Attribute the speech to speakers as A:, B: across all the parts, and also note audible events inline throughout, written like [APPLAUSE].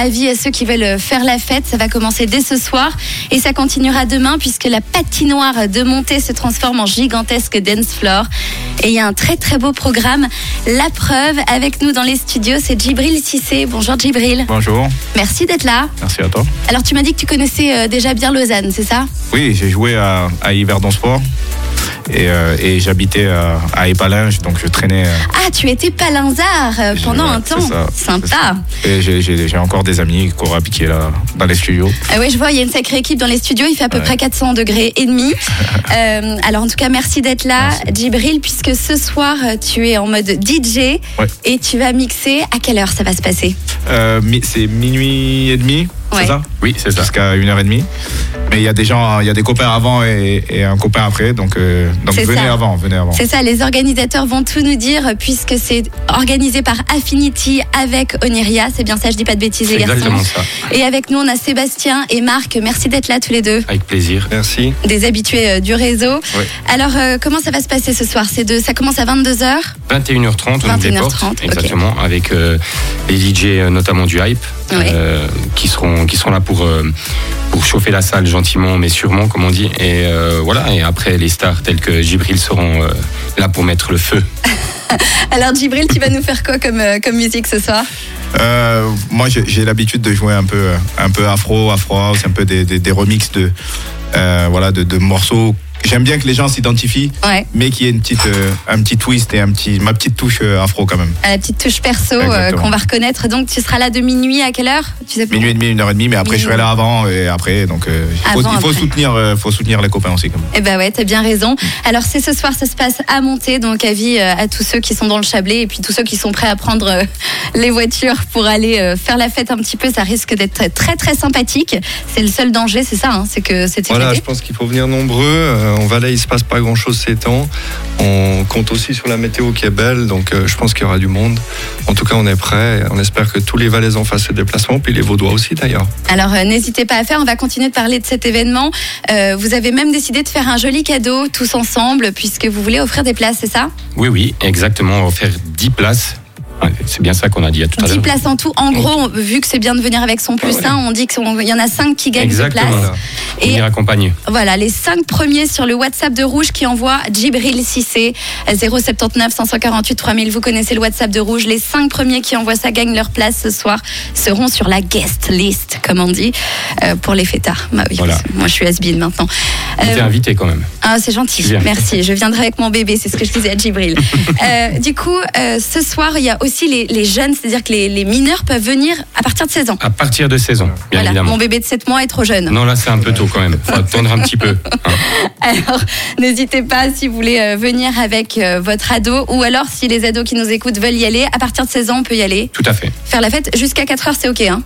A: Avis à ceux qui veulent faire la fête. Ça va commencer dès ce soir et ça continuera demain puisque la patinoire de montée se transforme en gigantesque dance floor. Et il y a un très très beau programme. La preuve avec nous dans les studios, c'est Djibril Cissé. Bonjour Djibril.
B: Bonjour,
A: Merci d'être là.
B: merci à toi.
A: Alors tu m'as dit que tu connaissais euh, déjà bien Lausanne, c'est ça
B: Oui, j'ai joué à, à Yverdon Sport et, euh, et j'habitais euh, à Épalinges, donc je traînais. euh,
A: Ah, tu étais palinzard euh,
B: Je-
A: pendant
B: ouais,
A: un
B: c'est
A: temps.
B: ça, c'est
A: Sympa.
B: ça. et j'ai- j'ai j'ai encore des amis qui auraient piqué là, dans les studios.
A: Ah ouais, je vois, il y a une sacrée équipe dans les studios. Il fait à peu
B: Ouais.
A: près 400 degrés et demi. Euh, alors en tout cas, merci d'être là, Djibril, puisque ce soir euh, tu es en mode DJ
B: Ouais.
A: et tu vas mixer. À quelle heure ça va se passer
B: Euh, mi- c'est minuit et demi,
A: Ouais.
B: c'est ça Oui, c'est ça. Jusqu'à une heure et demie. Mais il y a des gens, il y a des copains avant et, et un copain après, donc, euh, donc
A: C'est
B: venez
A: ça.
B: avant, venez avant.
A: C'est ça, les organisateurs vont tout nous dire euh, puisque c'est organisé par Affinity avec Oniria. C'est bien ça, je dis pas de bêtises, les garçons.
C: Exactement ça.
A: Et avec nous, on a Sébastien et Marc. Merci d'être là tous les deux,
C: Avec plaisir.
D: Merci.
A: des habitués euh, du réseau.
C: Ouais.
A: Alors, euh, comment ça va se passer ce soir C'est de, ça commence à 22 heures
C: 21h30, on ouvre les
A: 21h30,
C: portes.
A: ok.
C: Exactement. Avec euh, les DJ, euh, notamment du Hype,
A: Ouais.
C: euh, qui, seront, qui seront là pour, euh, pour chauffer la salle gentiment, mais sûrement, comme on dit. Et euh, voilà. Et après, les stars tels que Gibril seront euh, là pour mettre le feu.
A: Alors Djibril, tu vas nous faire quoi comme, euh, comme musique ce soir
B: Euh, moi, j'ai j'ai l'habitude de jouer un peu, euh, un peu afro, afro house, un peu des, des, des remixes de, euh, voilà, de, de morceaux. J'aime bien que les gens s'identifient,
A: Ouais,
B: mais qu'il y ait une petite, euh, un petit twist et un petit, ma petite touche euh, afro quand même.
A: à la petite touche perso euh,
B: Exactement.
A: qu'on va reconnaître. Donc tu seras là de minuit à quelle heure Tu sais plus
B: Minuit et demi, une heure et demie, mais après je serai là avant et après, donc euh, il faut-
A: Avant,
B: il faut,
A: après.
B: soutenir, euh, faut soutenir les copains aussi. Quand même.
A: Eh ben ouais, t'as bien raison. Alors c'est ce soir, ça se passe à monter. Donc avis euh, à tous ceux qui sont dans le Chablais et puis tous ceux qui sont prêts à prendre euh, [LAUGHS] les voitures pour aller euh, faire la fête un petit peu. Ça risque d'être très très sympathique. C'est le seul danger, c'est ça, hein, c'est que c'est
D: Voilà, je
A: éclaté.
D: pense qu'il faut venir nombreux. Euh, on va là, il se passe pas grand chose ces temps. On compte aussi sur la météo qui est belle, donc euh, je pense qu'il y aura du monde. En tout cas, on est prêt. On espère que tous les Valaisans fassent ce déplacement, puis les Vaudois aussi d'ailleurs.
A: Alors euh, n'hésitez pas à faire, on va continuer de parler de cet événement. Euh, vous avez même décidé de faire un joli cadeau tous ensemble puisque vous voulez offrir des places, c'est ça
C: Oui, oui, exactement. On va faire 10 places. Ouais, C'est bien ça qu'on a dit à tout à
A: 10
C: l'heure.
A: places en tout. En gros, on- vu que c'est bien de venir avec son plus
C: Voilà.
A: un, on dit qu'il y en a 5 qui gagnent des
C: Exactement.
A: places.
C: On
A: Et-
C: ira accompagner.
A: Voilà, les 5 premiers sur le WhatsApp de Rouge qui envoie Djibril Cissé, 079 548 3000. Vous connaissez le WhatsApp de Rouge. Les 5 premiers qui envoient ça gagnent leur place ce soir seront sur la guest list, comme on dit, euh, pour les fêtards. Bah oui,
C: Voilà.
A: Moi, je suis has-been maintenant.
C: On
A: Euh,
C: t'est invité quand même.
A: ah, c'est gentil,
C: Tu viens.
A: merci. Je viendrai avec mon bébé, c'est ce que je disais à
C: [LAUGHS]
A: Djibril. Euh, du coup, euh, ce soir, il y a aussi les, les jeunes, c'est-à-dire que les, les mineurs peuvent venir à partir de 16 ans.
C: À partir de 16 ans, bien
A: voilà,
C: évidemment.
A: mon bébé de 7 mois est trop jeune.
C: Non, là, c'est un peu tôt quand même. Faut attendre un petit peu. hein.
A: Alors, [LAUGHS] n'hésitez pas si vous voulez euh, venir avec euh, votre ado ou alors si les ados qui nous écoutent veulent y aller, à partir de 16 ans, on peut y aller.
C: Tout à fait.
A: Faire la fête jusqu'à 4 heures, c'est OK, hein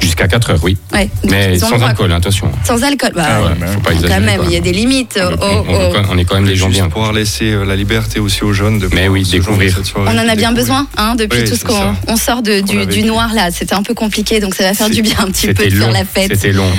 C: Jusqu'à 4 heures, oui.
A: Ouais. donc
C: Mais
A: ils ont le
C: sans
A: droit.
C: alcool, attention.
A: Sans alcool, bah,
B: Ah ouais, mais
C: faut pas
A: quand
C: exagérer.
A: même,
C: quoi.
A: il y a des limites.
C: On,
A: Oh,
C: on-
A: oh.
C: on est quand même des gens
D: Juste
C: bien.
D: pour pouvoir laisser euh, la liberté aussi aux jeunes de
C: Mais
D: pouvoir
C: oui,
D: se joindre à
C: découvrir.
D: cette soirée.
A: On en a bien
D: Découvrir.
A: besoin, hein, depuis
D: Oui,
A: tout ce
D: c'est
A: qu'on
D: ça.
A: on sort de-
D: Qu'on
A: du,
D: a
A: du
D: vécu.
A: noir là. C'était un peu compliqué, donc ça va faire du bien un petit peu
C: C'était
A: de faire
C: long.
A: la fête.
C: C'était long.